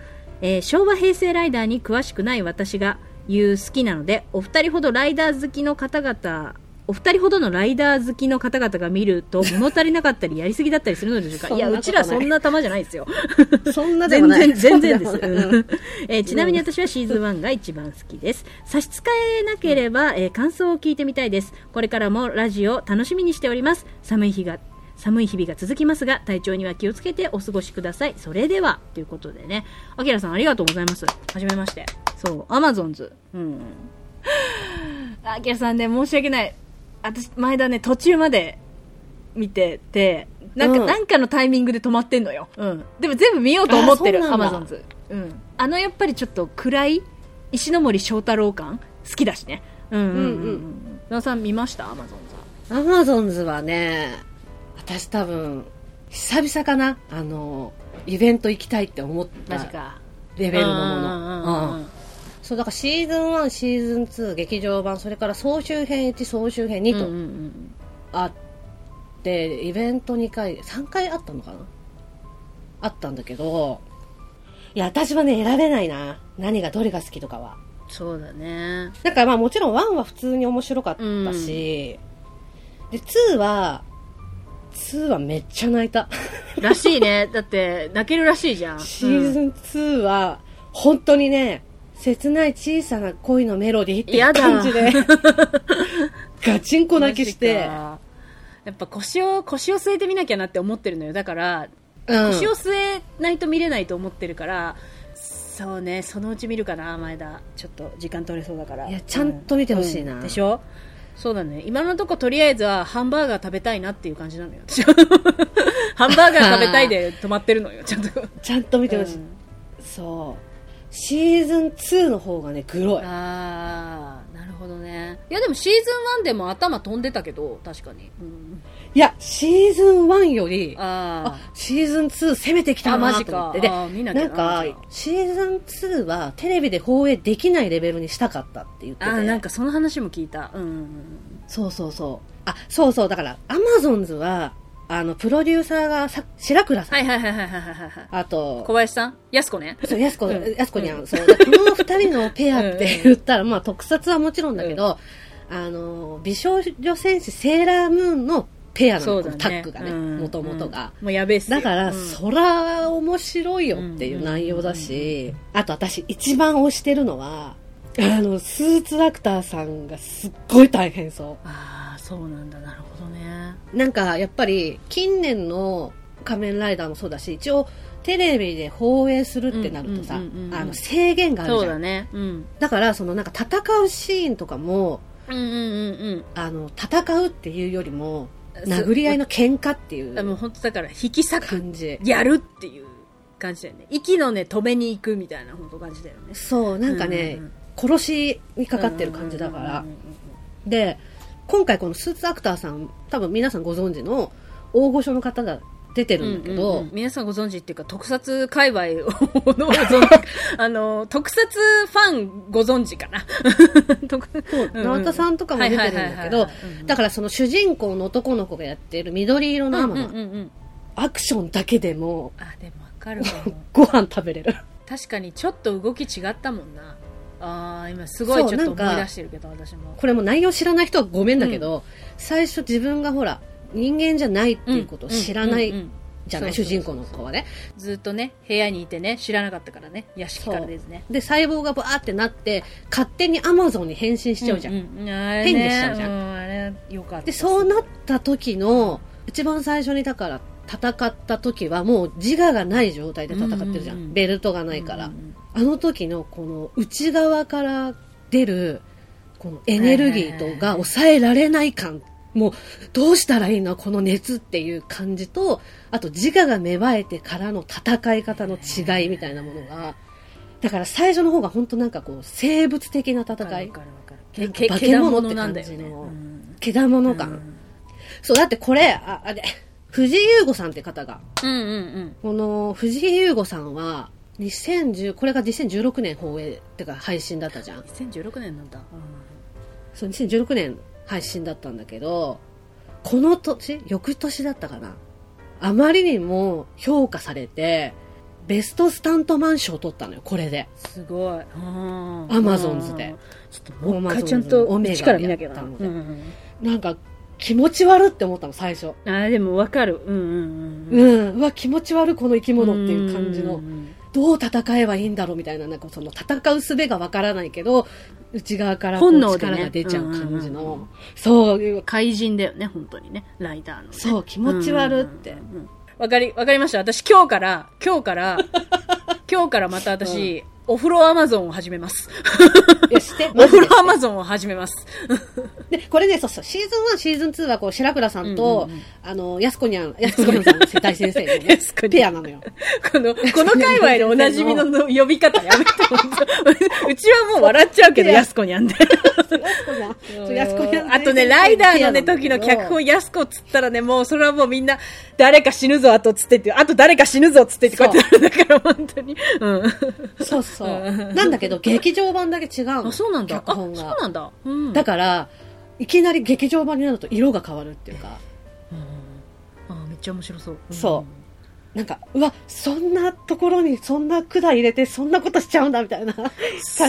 Speaker 2: えー昭和平成ライダーに詳しくない私が言う好きなので、お二人ほどライダー好きの方々お二人ほどのライダー好きの方々が見ると物足りなかったりやりすぎだったりするのでしょうか
Speaker 1: そん
Speaker 2: い
Speaker 1: な
Speaker 2: や
Speaker 1: こと
Speaker 2: うちらそんな玉じゃないですよ
Speaker 1: そんなでも
Speaker 2: 全
Speaker 1: ない
Speaker 2: 然全然で
Speaker 1: そ
Speaker 2: す
Speaker 1: んなもない
Speaker 2: えーちなみに私はシーズン1が一番好きです差し支えなければ、えー感想を聞いてみたいですこれからもラジオ楽しみにしております寒い日が寒い日々が続きますが体調には気をつけてお過ごしくださいそれではということでねあきらさんありがとうございますはじめましてそうアマゾンズ (laughs) うんあきらさんね申し訳ない私前だね途中まで見ててなんか、
Speaker 1: うん
Speaker 2: なんかのタイミングで止まってんのよ、うん、でも全部見ようと思って
Speaker 1: あ
Speaker 2: る
Speaker 1: そ
Speaker 2: ア
Speaker 1: うなん
Speaker 2: マ
Speaker 1: だ
Speaker 2: ゾンズ、うん、あのやっぱりちょっと暗い石ノ森章太郎感好きだしねうんうんうん
Speaker 1: うん
Speaker 2: う
Speaker 1: うん
Speaker 2: 野田さん見ましたアマゾンズは
Speaker 1: アマゾンズはね私多分久々かなあのイベント行きたいって思っ
Speaker 2: マジ
Speaker 1: た
Speaker 2: か
Speaker 1: レ
Speaker 2: レ
Speaker 1: ベルのものうんそうだからシーズン1シーズン2劇場版それから総集編1総集編2と、あってイベント2回3回あったのかなあったんだけどいや私はね選べないな何がどれが好きとかは
Speaker 2: そうだね
Speaker 1: だからまあもちろん1は普通に面白かったし、で2は2はめっちゃ泣いた
Speaker 2: らしい (laughs) ねだって泣けるらしいじゃん
Speaker 1: シーズ
Speaker 2: ン
Speaker 1: ン2は本当にね切ない小さな恋のメロディーっていう感じ
Speaker 2: (laughs)
Speaker 1: でガチンコ泣きして、
Speaker 2: やっぱ腰を腰を据えてみなきゃなって思ってるのよだから
Speaker 1: うん、
Speaker 2: 腰を据えないと見れないと思ってるから、そうねそのうち見るかな前田ちょっと時間取れそうだから
Speaker 1: いやちゃんと見てほしいな
Speaker 2: でしょそうだね今のとことりあえずはハンバーガー食べたいなっていう感じな
Speaker 1: (laughs)
Speaker 2: のよ私はハンバーガー食べたいで止まってるのよちゃんと
Speaker 1: ちゃんと見てほしい、
Speaker 2: うん
Speaker 1: そうシーズン2の方がねグロい
Speaker 2: ああなるほどねいやでもシーズン1でも頭飛んでたけど確かに、うん
Speaker 1: いやシーズン1より
Speaker 2: あ
Speaker 1: あシーズン2攻めてきた
Speaker 2: あマ
Speaker 1: な
Speaker 2: ジ
Speaker 1: と思
Speaker 2: か
Speaker 1: ってで
Speaker 2: あー見なき
Speaker 1: な
Speaker 2: ゃ
Speaker 1: んか
Speaker 2: じゃあ
Speaker 1: シーズン2はテレビで放映できないレベルにしたかったって言って
Speaker 2: あ
Speaker 1: て
Speaker 2: あーなんかその話も聞いたうんうんうん
Speaker 1: そうそうそうあそうそうだからアマゾンズはあのプロデューサーがさ白倉さん、
Speaker 2: はいはいはいはいはいはいはい
Speaker 1: あと
Speaker 2: 小林さんやす子ね
Speaker 1: そう、やすこ、
Speaker 2: うん
Speaker 1: やすこにゃん、そう、この二人のペア
Speaker 2: (laughs)
Speaker 1: って言ったら、まあ特撮はもちろんだけど、あの、美少女戦士セーラームーンのペアな
Speaker 2: そ
Speaker 1: の、
Speaker 2: う
Speaker 1: こ
Speaker 2: だ
Speaker 1: の
Speaker 2: ね
Speaker 1: タッグがね、
Speaker 2: うん
Speaker 1: もともとが。
Speaker 2: うんもうやべえっすよ
Speaker 1: だから、
Speaker 2: うん
Speaker 1: そら面白いよっていう内容だし、あと私一番推してるのは、あの、スーツアクターさんがすっごい大変そ
Speaker 2: ああそうなんだなるほどね
Speaker 1: う。なんか、やっぱり、近年の仮面ライダーもそうだし、一応、テレビで放映するってなるとさ、
Speaker 2: うんうんうんうんうん
Speaker 1: あの、制限があるじゃん。
Speaker 2: そうだねうん
Speaker 1: だからそのなんか戦うシーンとかも
Speaker 2: うんうんうん
Speaker 1: あの戦うっていうよりも
Speaker 2: うん
Speaker 1: 殴り合いの喧嘩ってい
Speaker 2: そうもう
Speaker 1: う
Speaker 2: 本当だから引き裂く
Speaker 1: 感じ
Speaker 2: やるっていう感じだよね息のね止めに行くみたいな本当感じだよね
Speaker 1: そうなんかね
Speaker 2: うんうん
Speaker 1: 殺しにかかってる感じだから
Speaker 2: うんうんうん
Speaker 1: で今回このスーツアクターさん多分皆さんご存知の大御所の方が出てるんだけ
Speaker 2: うんうん
Speaker 1: ど
Speaker 2: うん皆さんご存知っていうか特撮界隈をのご
Speaker 1: (laughs)
Speaker 2: 存知あの特撮ファンご存知かな特
Speaker 1: そう直田さんとかも出てるんだけどだからその主人公の男の子がやってる緑色のア
Speaker 2: うん
Speaker 1: マ
Speaker 2: うん
Speaker 1: の
Speaker 2: うんうん
Speaker 1: アクションだけでも
Speaker 2: あでもわ
Speaker 1: (laughs)
Speaker 2: かるかも
Speaker 1: ご飯食べれる
Speaker 2: 確かにちょっと動き違ったもんなあー今すごい
Speaker 1: そう
Speaker 2: ちょっと
Speaker 1: なんか
Speaker 2: 思い出してるけど私も
Speaker 1: これも内容知らない人はごめんだけど、最初自分がほら人間じゃないっていうことを知らな
Speaker 2: うんうんう
Speaker 1: い
Speaker 2: ん
Speaker 1: じゃない、
Speaker 2: そう
Speaker 1: 主
Speaker 2: そうそ
Speaker 1: 人
Speaker 2: う
Speaker 1: 公の子はね
Speaker 2: ずっとね部屋にいてね知らなかったからね屋敷からですね
Speaker 1: で細胞がバーってなって勝手にアマゾンに変身しちゃうじゃん、変
Speaker 2: 変
Speaker 1: にしちゃうじゃん
Speaker 2: あれよかった
Speaker 1: でそうなった時の一番最初にだから戦った時はもう自我がない状態で戦ってるじゃん,、
Speaker 2: うんうんうん
Speaker 1: ベルトがないから、
Speaker 2: うんうん
Speaker 1: あの時のこの内側から出るこのエネルギーとが抑えられない感、もうどうしたらいいのこの熱っていう感じと、あと自我が芽生えてからの戦い方の違いみたいなものが、だから最初の方が本当なんかこう生物的な
Speaker 2: わか
Speaker 1: 戦
Speaker 2: る
Speaker 1: い
Speaker 2: わ、かるわかる
Speaker 1: なんか
Speaker 2: けけ
Speaker 1: 化
Speaker 2: け
Speaker 1: け
Speaker 2: だ
Speaker 1: 物
Speaker 2: も
Speaker 1: って
Speaker 2: のな
Speaker 1: 感
Speaker 2: んだよ
Speaker 1: じ
Speaker 2: ね
Speaker 1: の
Speaker 2: うん
Speaker 1: けだもの感、そう、だってこれ、あ、あれ、藤井優吾さんって方が、
Speaker 2: うんうんうん
Speaker 1: この藤井優吾さんは、2010、これが2016年放映ってか配信だったじゃん。
Speaker 2: 2016年なんだ
Speaker 1: そう2016年配信だったんだけどこの年翌年だったかなあまりにも評価されてベストスタントマン賞を取ったのよこれです
Speaker 2: ごいア
Speaker 1: Amazon's で
Speaker 2: ちょっともう一回ちゃんと
Speaker 1: Amazon's
Speaker 2: 一から見なきゃな
Speaker 1: オメガでやったの
Speaker 2: う
Speaker 1: で
Speaker 2: んうん
Speaker 1: なんか気持ち悪って思ったの最初
Speaker 2: あーでもわかるうんうんうん
Speaker 1: うんうわ気持ち悪いこの生き物っていう感じ
Speaker 2: う
Speaker 1: の
Speaker 2: ん
Speaker 1: どう戦えばいいんだろうみたいななんかその戦う術がわからないけど内側からこう
Speaker 2: 本能でね
Speaker 1: 力が出ちゃう感じの、
Speaker 2: うんうんうん
Speaker 1: そういう
Speaker 2: 怪人だよね本当にねライダーのね
Speaker 1: そう気持ち悪って、
Speaker 2: うんうんうんうんわかりわかりました私今日から今日から (laughs) 今日からまた私、お風呂アマゾンを始めます。
Speaker 1: よして
Speaker 2: お風呂アマゾンを始めます。
Speaker 1: でこれねそうそうシーズン1シーズン2はこう白倉さんと、
Speaker 2: うんうんうん
Speaker 1: あのやすこにゃんやすこにゃん
Speaker 2: (laughs)
Speaker 1: さんの世帯先生のね
Speaker 2: やすこにゃん
Speaker 1: ペアなのよ
Speaker 2: こ (laughs) の、この界隈でおなじみのの呼び方やめて、本当うちはもう笑っちゃうけど、
Speaker 1: いや
Speaker 2: やすこにゃんで。
Speaker 1: やすこにゃんそうやすこにゃん
Speaker 2: あとね、ライダーのね、時の脚本、やすこっつったらね、もう、それはもうみんな、誰か死ぬぞ、あとっつってって、あと誰か死ぬぞ、っつってって、こうやってだから、本当に。うん。
Speaker 1: そうそう
Speaker 2: うん
Speaker 1: なんだけど劇場版だけ違うの
Speaker 2: あ、そうなんだ。
Speaker 1: 脚
Speaker 2: あ、そ
Speaker 1: 本
Speaker 2: う
Speaker 1: が
Speaker 2: なんだ。うん。
Speaker 1: だからいきなり劇場版になると色が変わるっていうか
Speaker 2: うんあ、めっちゃ面白そう。
Speaker 1: そうなんかうわそんなところにそんな管入れてそんなことしちゃうんだみたいな (laughs) 感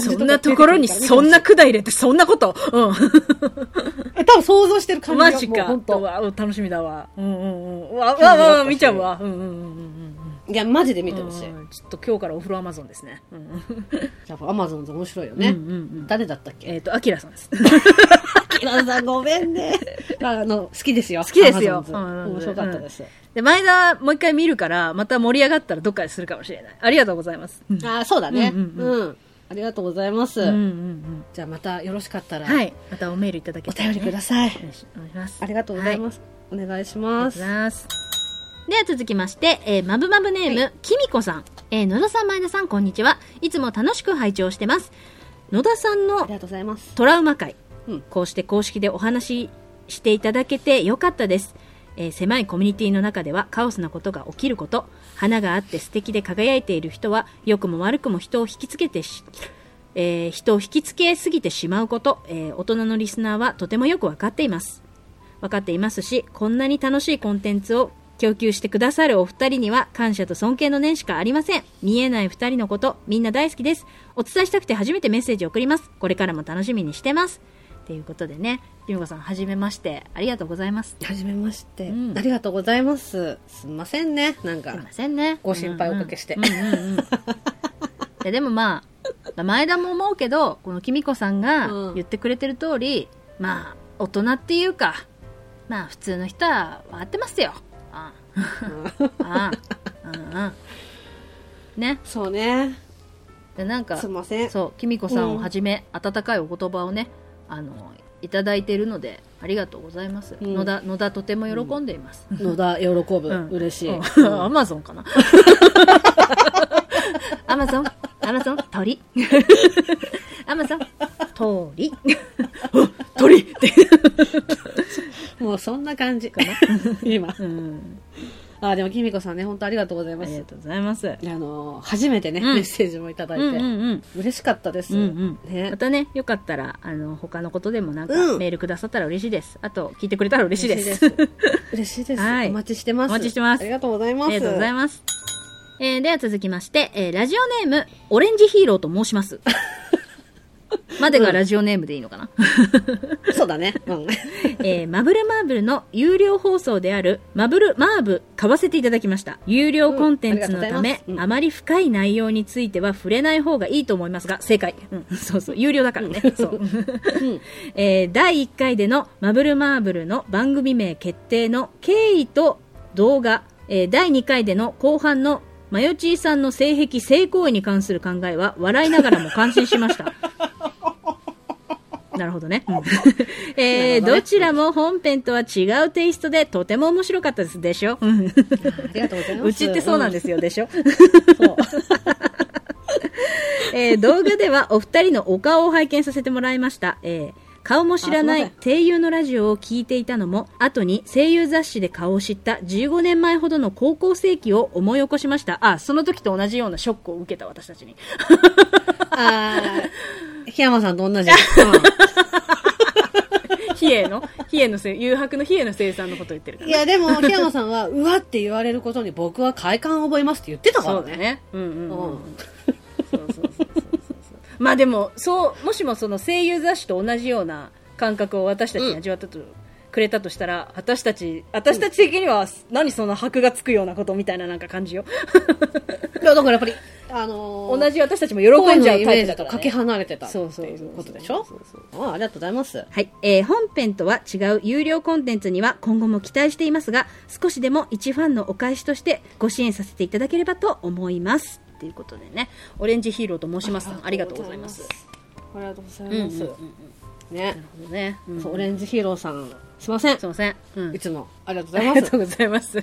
Speaker 1: じ
Speaker 2: そんなところに、そんな
Speaker 1: と
Speaker 2: 管入れて、そんなこと。うん。
Speaker 1: か出てくるからね多分想像してる感じが
Speaker 2: マジ
Speaker 1: もう
Speaker 2: か。
Speaker 1: 本当
Speaker 2: うわ楽しみだわ。うんうんうん。わ、わ、わ、わ見ちゃうわ。うんうんうんうんうん。
Speaker 1: いやマジで見てほしい
Speaker 2: うんちょっと今日からお風呂アマゾンですね。うん
Speaker 1: やっぱアマゾンズ面白いよ
Speaker 2: うんう
Speaker 1: ね
Speaker 2: んうん。
Speaker 1: 誰だったっけ
Speaker 2: えっと、アキラさんです。
Speaker 1: 平野さんごめん
Speaker 2: (laughs)
Speaker 1: ねあの好きですよ好
Speaker 2: きですようん
Speaker 1: 面白かったです
Speaker 2: で、前田もう一回見るから、また盛り上がったらどっかでするかもしれない。ありがとうございます。うん
Speaker 1: あーそうだね
Speaker 2: うんうん
Speaker 1: うんありがとうございます
Speaker 2: うんうん
Speaker 1: じゃあまたよろしかった
Speaker 2: うん。
Speaker 1: ら
Speaker 2: はい。またおメールいただけ
Speaker 1: お
Speaker 2: たら
Speaker 1: 便
Speaker 2: ね
Speaker 1: りください
Speaker 2: よろしくお願いします。
Speaker 1: ありがとうござい
Speaker 2: は
Speaker 1: ますお願いし
Speaker 2: あり
Speaker 1: ま
Speaker 2: がとうご
Speaker 1: す
Speaker 2: ざいます。では続きまして、えー、まぶまぶネーム、
Speaker 1: は
Speaker 2: きみこさん。えー、野田さん、前田さん、こんにちは。いつも楽しく拝聴してます。野田さん
Speaker 1: あ
Speaker 2: の
Speaker 1: りがとうございます
Speaker 2: トラウマ会、
Speaker 1: うん
Speaker 2: こうして公式でお話ししていただけてよかったです、えー狭いコミュニティの中ではカオスなことが起きること花があって素敵で輝いている人は良くも悪くも人を引きつけてし、えー人を引きつけすぎてしまうこと、えー大人のリスナーはとてもよく分かっています分かっていますしこんなに楽しいコンテンツを供給してくださるお二人には感謝と尊敬の念しかありません見えない二人のことみんな大好きですお伝えしたくて初めてメッセージを送りますこれからも楽しみにしてますということでねゆみこさんはじめましてありがとうございます
Speaker 1: はじめまして、
Speaker 2: うん
Speaker 1: ありがとうございますすんませんねなん
Speaker 2: すい
Speaker 1: か
Speaker 2: ませんね
Speaker 1: ご心配おかけして
Speaker 2: うんうんうんうんいやでもまあ前田も思うけどこのきみこさん
Speaker 1: う
Speaker 2: が
Speaker 1: ん
Speaker 2: 言ってくれてる通り、まあ大人っていうかまあ普通の人は笑ってますよああああうんうんね
Speaker 1: そうね
Speaker 2: でなんか
Speaker 1: すんません
Speaker 2: そう、きみこさんをはじめ、温かいお言葉をね、あの、いただいているので、ありがとうございます。
Speaker 1: うん
Speaker 2: 野田、野田とても喜んでいます。
Speaker 1: 野田喜ぶ、
Speaker 2: うん
Speaker 1: 嬉しい、
Speaker 2: うん (laughs) アマゾンかな。アマゾン、アマゾン、 (laughs) 鳥。アマゾン、 (laughs) 鳥。鳥って。
Speaker 1: もうそんな感じか
Speaker 2: (laughs)
Speaker 1: な今
Speaker 2: うん。
Speaker 1: あでもきみこさんね本当ありがとうござい
Speaker 2: あ
Speaker 1: ま
Speaker 2: り
Speaker 1: す
Speaker 2: がとうございます。
Speaker 1: あの初めてね、
Speaker 2: うん
Speaker 1: メッセージもいただいて、
Speaker 2: うんうんうん。
Speaker 1: 嬉しかったです、
Speaker 2: うんうん
Speaker 1: ね
Speaker 2: またね、よかったら、あの、他のことでもなんか
Speaker 1: うん
Speaker 2: メールくださったら嬉しいです。あと、聞いてくれたら嬉しいです。
Speaker 1: 嬉しいです
Speaker 2: はい
Speaker 1: お待ちしてます
Speaker 2: お待ちしてます
Speaker 1: ありがとうございます
Speaker 2: (laughs) ありがとうございます。えーでは続きまして、えーラジオネーム、オレンジヒーローと申し (laughs) ます。までがラジオネームでいいのかな、
Speaker 1: そうだね
Speaker 2: (laughs)
Speaker 1: うん
Speaker 2: えーマブルマーブルの有料放送である、マブルマーブ買わせていただきました。有料コンテンツ
Speaker 1: う
Speaker 2: のた
Speaker 1: んありが
Speaker 2: め
Speaker 1: とうございま、すうん
Speaker 2: あまり深い内容については触れない方がいいと思いますが、正解。うん、そうそう、有料だからね。そう。
Speaker 1: うん
Speaker 2: えー第1回での「マブルマーブル」の番組名決定の経緯と動画、えー第2回での後半のマヨチーさんの性癖性行為に関する考えは笑いながらも感心しま (laughs) した。なるほどね。うん (laughs) え
Speaker 1: なる
Speaker 2: ー
Speaker 1: ほどね
Speaker 2: どちらも本編とは違うテイストでとても面白かったですでしょ。うん
Speaker 1: ありがとうございます
Speaker 2: うちってそうなん
Speaker 1: す、
Speaker 2: ですよ、でしょ。
Speaker 1: そう
Speaker 2: えー動画ではお二人のお顔を拝見させてもらいました。えー顔も知らな
Speaker 1: あすい
Speaker 2: い
Speaker 1: ま
Speaker 2: 声優のラジオを聞いていたのも、後に声優雑誌で顔を知った15年前ほどの高校生期を思い起こしました。あ、その時と同じようなショックを受けた私たち (laughs) に。
Speaker 1: あー檜山さんと
Speaker 2: (laughs)
Speaker 1: 同じ。うん
Speaker 2: 比叡の、比叡のせい、誘白の比叡の生産のことを言ってるから
Speaker 1: い。や、でも、檜山さんは、うわって言われることに僕は快感を覚えますって言ってたか
Speaker 2: そ
Speaker 1: ら
Speaker 2: うだ
Speaker 1: ね。
Speaker 2: ね。うんうん、うん。
Speaker 1: うん
Speaker 2: そうそうそうそうそうそう。まあでも、そう、もしもその声優雑誌と同じような感覚を私たちに味わったと
Speaker 3: くれたとしたら、私たち、私たち的には、何そんな箔がつくようなことみたいななんか感じよ。
Speaker 1: いやだからやっぱり、あのー、
Speaker 3: 同じ私たちも喜んじゃう
Speaker 1: イ
Speaker 3: タ
Speaker 1: メ
Speaker 3: イ
Speaker 1: ージ
Speaker 3: プだから、
Speaker 1: だとか
Speaker 3: ね。
Speaker 1: け離れてたって
Speaker 3: そうそうそう
Speaker 1: いうことでしょ
Speaker 3: そうそう
Speaker 1: ああありがとうございます。
Speaker 2: はい、えー本編とは違う有料コンテンツには今後も期待していますが少しでも一ファンのお返しとしてご支援させていただければと思いますということでねオレンジヒーローと申しますさんありがとうございます。
Speaker 1: ありがとうござ
Speaker 2: うん
Speaker 1: い
Speaker 2: うん
Speaker 1: ま
Speaker 2: うんうん
Speaker 1: す。ね
Speaker 3: なる、ほどね。うん
Speaker 1: そうオレンジヒーローさん、すいません
Speaker 2: すい。ません、うん
Speaker 1: いつもありがとうご
Speaker 3: あ
Speaker 1: ざ
Speaker 3: り
Speaker 1: いま
Speaker 3: がと
Speaker 1: す
Speaker 3: う。ござい
Speaker 2: (laughs)
Speaker 3: ます。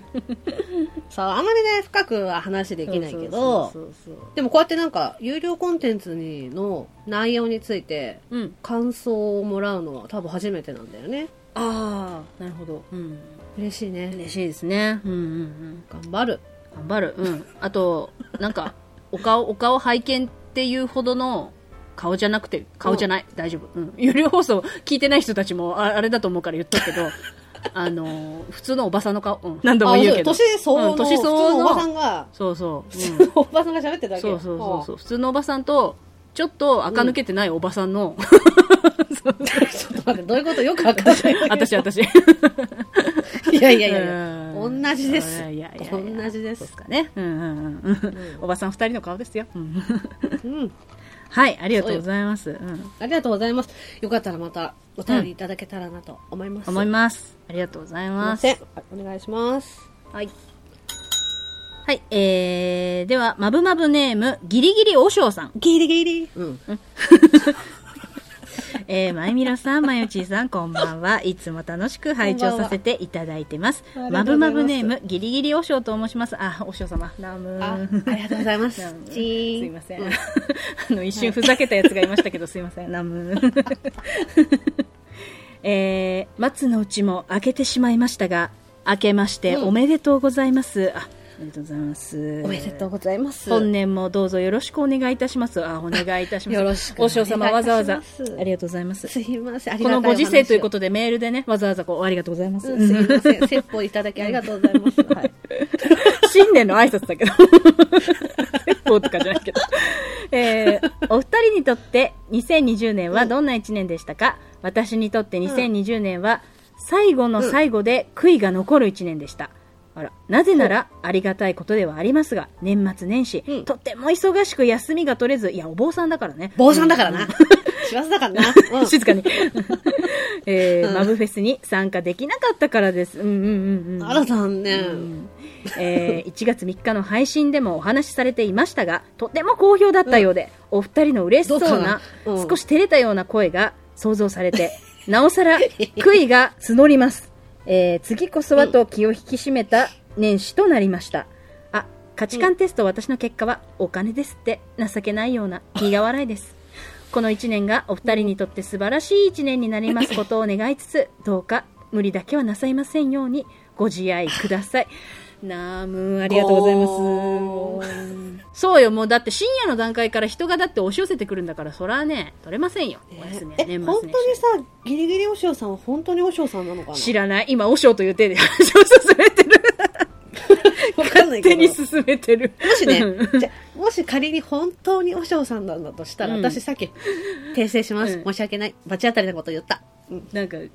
Speaker 1: さあ、あまりね、深くは話できないけど
Speaker 3: そ、うそうそう
Speaker 1: でもこうやってなんか、有料コンテンツにの内容について、
Speaker 3: そううん。
Speaker 1: 感想をもらうのは多分初めてなんだよね。
Speaker 3: ああ、なるほど。うん。
Speaker 1: 嬉しいね。
Speaker 2: 嬉しいですねうんうんうん
Speaker 1: 頑張る。
Speaker 2: 頑張るうんあとなんかお顔お顔拝見っていうほどの顔じゃなくて顔じゃない、大丈夫、うん、有料放送聞いてない人たちもああれだと思うから言っとくけど (laughs) あのー普通のおばさんの顔、うん、何度も言うけど
Speaker 1: あそう年相応の、
Speaker 2: うん年相
Speaker 1: 普通
Speaker 2: 応
Speaker 1: の
Speaker 2: の
Speaker 1: おばさんが、
Speaker 2: そうそう、うん
Speaker 1: 普通のおばさんが喋ってるだけ。
Speaker 2: そうそうそうそうう普通のおばさんとちょっと垢抜けてないおばさんの、
Speaker 1: ん。ちょっと待って、どういうことよくわかんない。
Speaker 2: (laughs) (laughs) 私私い
Speaker 1: いやいやいやいや、同じです。
Speaker 2: いやいやいや
Speaker 1: 同じで
Speaker 2: そ
Speaker 1: す
Speaker 2: うっす。かねうんうんうんうんおばさん二人の顔ですよ、うん、
Speaker 1: うん。
Speaker 2: はいありがとうございます、うん、
Speaker 1: ありがとうございます。よかったらまたお便りいただけたらなと思います。
Speaker 2: 思いますありがとうございます
Speaker 1: すいません。お願いします。
Speaker 2: はい。はい、えー、では、まぶまぶネーム、ギリギリおしょうさん。
Speaker 1: ギリギリ。うん。
Speaker 2: えー、まゆみろさん、まよちーさん、こんばんは。いつも楽しく拝聴させていただいてます
Speaker 1: こんば。んはあ
Speaker 2: ま
Speaker 1: りがと
Speaker 2: ぶ
Speaker 1: うござ
Speaker 2: ま
Speaker 1: います
Speaker 2: ぶネーム、ギリギリおしょうと申します。あ、おしょう様。ナム
Speaker 1: あ、ありがとうござい
Speaker 2: (laughs)
Speaker 1: ます
Speaker 2: ナム。
Speaker 1: チ
Speaker 2: す
Speaker 1: ーン
Speaker 2: いません。あの、一瞬ふざけたやつがいましたけど、すいません。ナム (laughs) えー、松のうちも開けてしまいましたが、明けましておめでとうございます。あ、おめでとうございます。
Speaker 1: おめでとうございます。
Speaker 2: 本年もどうぞよろしくお願いいたします。あ、お願いいたします。
Speaker 1: よろしく
Speaker 2: お師匠様
Speaker 1: お願
Speaker 2: わ
Speaker 1: いいた
Speaker 2: ざ
Speaker 1: し
Speaker 2: わ
Speaker 1: ます
Speaker 2: ざ。ありがとうございます。
Speaker 1: すいません。あり
Speaker 2: こ
Speaker 1: がた
Speaker 2: の
Speaker 1: い。
Speaker 2: ご時世ということとでメールでね、わざわざこう、ありがとうございます。
Speaker 1: うん、すいません。説法いただきありがとうございます。はい。
Speaker 2: 新年の挨拶だけど。説法とかじゃないけど。えーお二人にとって2020年はどんな1年でしたか、私にとって2020年は最後の最後で悔いが残る1年でした。あら、なぜならありがたいことではありますが、年末年始、
Speaker 1: うん
Speaker 2: とっても忙しく休みが取れず、いや、お坊さんだからね。
Speaker 1: 坊さんだからな。師走だ
Speaker 2: (laughs)
Speaker 1: からな。うん。
Speaker 2: 静
Speaker 1: (laughs)
Speaker 2: かに。えー
Speaker 1: うん
Speaker 2: マブフェスに参加できなかったからです。うんうんうんうん。
Speaker 1: あら残念。
Speaker 2: うんえ
Speaker 1: (laughs)
Speaker 2: ー1月3日の配信でもお話しされていましたがとても好評だったようで、お二人の嬉しそう
Speaker 1: どうか
Speaker 2: な
Speaker 1: な、うん
Speaker 2: 少し照れたような声が想像されて (laughs) なおさら悔いが募ります、えー次こそはと気を引き締めた年始となりましたあ価値観テスト私の結果はお金ですって情けないような苦笑いですこの1年がお二人にとって素晴らしい1年になり (laughs) ますことを願いつつ、どうか無理だけはなさいませんようにご自愛ください。 (laughs) なあむーあ
Speaker 1: あ
Speaker 2: りがとうございます。そうよ、もうだって深夜の段階から人がだって押し寄せてくるんだから、そらね、取れませんよ。お休みは
Speaker 1: え、
Speaker 2: 年
Speaker 1: 本
Speaker 2: 末
Speaker 1: 当
Speaker 2: 年
Speaker 1: に
Speaker 2: 始。
Speaker 1: さ、ギリギリお嬢さんは本当にお嬢さんなのかな
Speaker 2: 知らない。今、おしょうという手で話を進めてる。
Speaker 1: わかんないけ
Speaker 2: 手
Speaker 1: ど。
Speaker 2: に進めてる。
Speaker 1: もし
Speaker 2: う
Speaker 1: ね、じゃもし仮に本当にお嬢さんなんだとしたら、
Speaker 2: うん
Speaker 1: 私さっき訂正します、
Speaker 2: うん
Speaker 1: 申し訳ない。罰当たりなこと言った。うん
Speaker 2: (laughs) なんか、
Speaker 1: い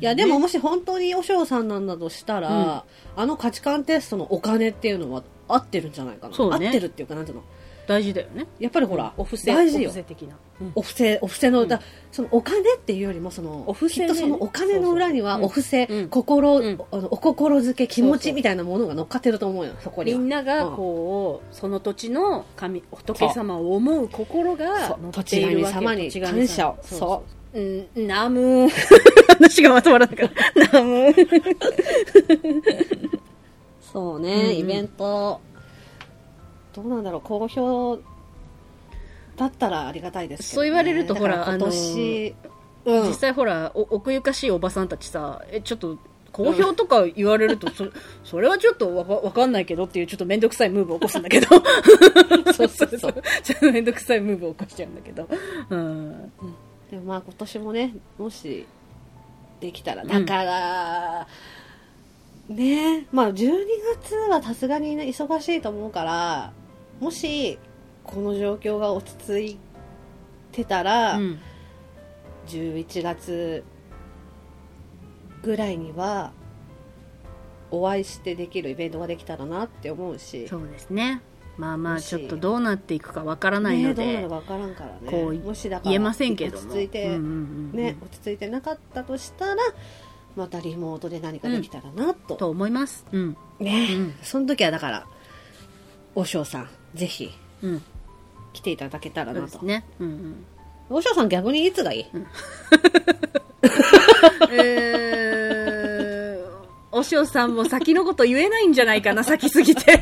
Speaker 1: や、でももし本当にお嬢さんなんだとしたら、あの価値観テストのお金っていうのは合ってるんじゃないかな。
Speaker 2: そうね
Speaker 1: 合ってるっていうか、なんていうの。
Speaker 2: 大事だよね。
Speaker 1: やっぱりほら、
Speaker 3: お布施、お
Speaker 1: 大事よ
Speaker 3: 布。施的な。うん
Speaker 1: お布施、お布施の歌、
Speaker 2: うん
Speaker 1: そのお金っていうよりも、その、
Speaker 3: お布施ね
Speaker 1: きっとそのお金の裏には、
Speaker 2: そうそう
Speaker 1: お布施、
Speaker 2: うん
Speaker 1: 心、
Speaker 2: うん
Speaker 1: あのお心づけ、気持
Speaker 3: そうそ
Speaker 1: ち
Speaker 3: う
Speaker 1: みたいなものが乗っかってると思うよ、そこに
Speaker 3: み
Speaker 1: は。
Speaker 3: んなが
Speaker 1: うん
Speaker 3: こう、その土地の神仏様を思う心が
Speaker 1: そう
Speaker 3: 乗
Speaker 1: 土
Speaker 3: って
Speaker 1: 地
Speaker 3: いる
Speaker 1: 神
Speaker 3: わけ
Speaker 1: 様に感謝を。
Speaker 3: そう
Speaker 1: そう。
Speaker 3: ううんナムー
Speaker 2: (laughs) 話がまとまらなかっ
Speaker 1: (laughs)
Speaker 2: た。なあむー
Speaker 1: そう
Speaker 2: うん
Speaker 1: ね、
Speaker 2: うん
Speaker 1: イベントどうなんだろう好評だったらありがたいですけどね、
Speaker 2: そう言われるとほら
Speaker 1: だから今年、うん
Speaker 2: 実際ほらお奥ゆかしいおばさんたちさえちょっと好評とか言われると、そそれはちょっとわかわかんないけどっていうちょっと面倒くさいムーブを起こすんだ
Speaker 1: (laughs)
Speaker 2: けど (laughs) そうそうそうちょっと面倒くさいムーブを起こしちゃうんだけど、うん、
Speaker 1: でもまあ今年もねもしできたらだから、ねまあ12月はさすがにね忙しいと思うからもしこの状況が落ち着いてたら、
Speaker 2: うん
Speaker 1: 11月ぐらいにはお会いしてできるイベントができたらなって思うし
Speaker 2: そうですねまあま
Speaker 1: も
Speaker 2: あ
Speaker 1: し
Speaker 2: ちょっとどうなっていくかわからない
Speaker 1: ね
Speaker 2: の
Speaker 1: どうな
Speaker 2: で、
Speaker 1: るか分からんからね
Speaker 2: こう
Speaker 1: もしだから
Speaker 2: 言えませんけども
Speaker 1: 落ち着いて、
Speaker 2: うんうんうん
Speaker 1: ね、落ち着いてなかったとしたらまたリモートで何かできたらなと、
Speaker 2: と思いますうん
Speaker 1: ね、
Speaker 2: うん
Speaker 1: その時はだから和尚さんぜひ
Speaker 2: うん
Speaker 1: 来ていただけたら
Speaker 2: そう
Speaker 1: な
Speaker 2: で
Speaker 1: と
Speaker 2: すねうんうん
Speaker 1: 和尚さん逆にいつがいい、
Speaker 2: えー、おしおさんも先のこと言えないんじゃないかな、先すぎ (laughs) て。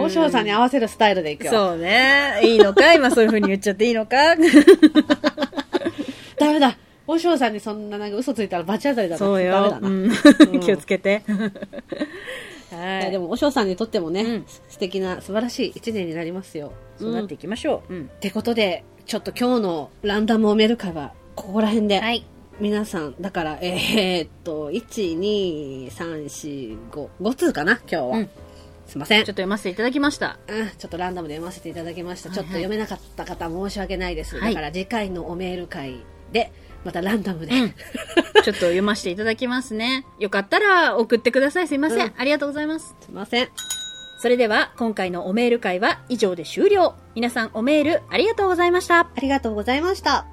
Speaker 1: 和尚さんに合わせるスタイルでいくよ
Speaker 2: そうね。いいのか今そういう風に言っちゃっていい (laughs) のか
Speaker 1: ダメだ和尚さんにそんななんか嘘ついたら罰当たりだな
Speaker 2: そう
Speaker 1: ダメ
Speaker 2: よ
Speaker 1: だ。な、
Speaker 2: う
Speaker 1: い
Speaker 2: ん
Speaker 1: うん
Speaker 2: (laughs) 気をつけて。
Speaker 1: や
Speaker 2: は
Speaker 1: で
Speaker 2: い。
Speaker 1: も和尚さんにとってもね、
Speaker 2: うん
Speaker 1: 素敵な素晴らしい一年になりますよ
Speaker 2: そうなっていきましょう。うん。
Speaker 1: ってことで、ちょっと今日のランダムをメルカは、ここら辺で。
Speaker 2: はい。
Speaker 1: 皆さん、だから、えーっと、1、2、3、4、5、5通かな、今日は。
Speaker 2: うん
Speaker 1: すいません。
Speaker 2: ちょっと
Speaker 1: ちょ
Speaker 2: 読ませていただきました。
Speaker 1: ちょっとランダムで読ませていただきました。
Speaker 2: はいは
Speaker 1: ち
Speaker 2: い
Speaker 1: ょっと読めなかった方、申し訳ないです。
Speaker 2: はい
Speaker 1: だから次回のおメール会で、またランダムで。
Speaker 2: うんちょっと読ませていただきますね。よかったら送ってください。すいませ
Speaker 1: うん
Speaker 2: ん、ありがとうございます。
Speaker 1: すいません。
Speaker 2: それでは今回のおメール会は以上で終了。皆さんおメールありがとうございました。
Speaker 1: ありがとうございました。